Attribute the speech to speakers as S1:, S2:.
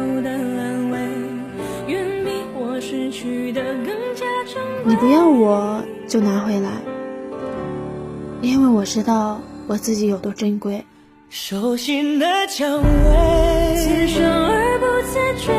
S1: 安慰，远比我失去的更加珍贵。
S2: 你不要我就拿回来，因为我知道我自己有多珍贵。
S3: 手心的蔷薇，
S1: 自生而不自追。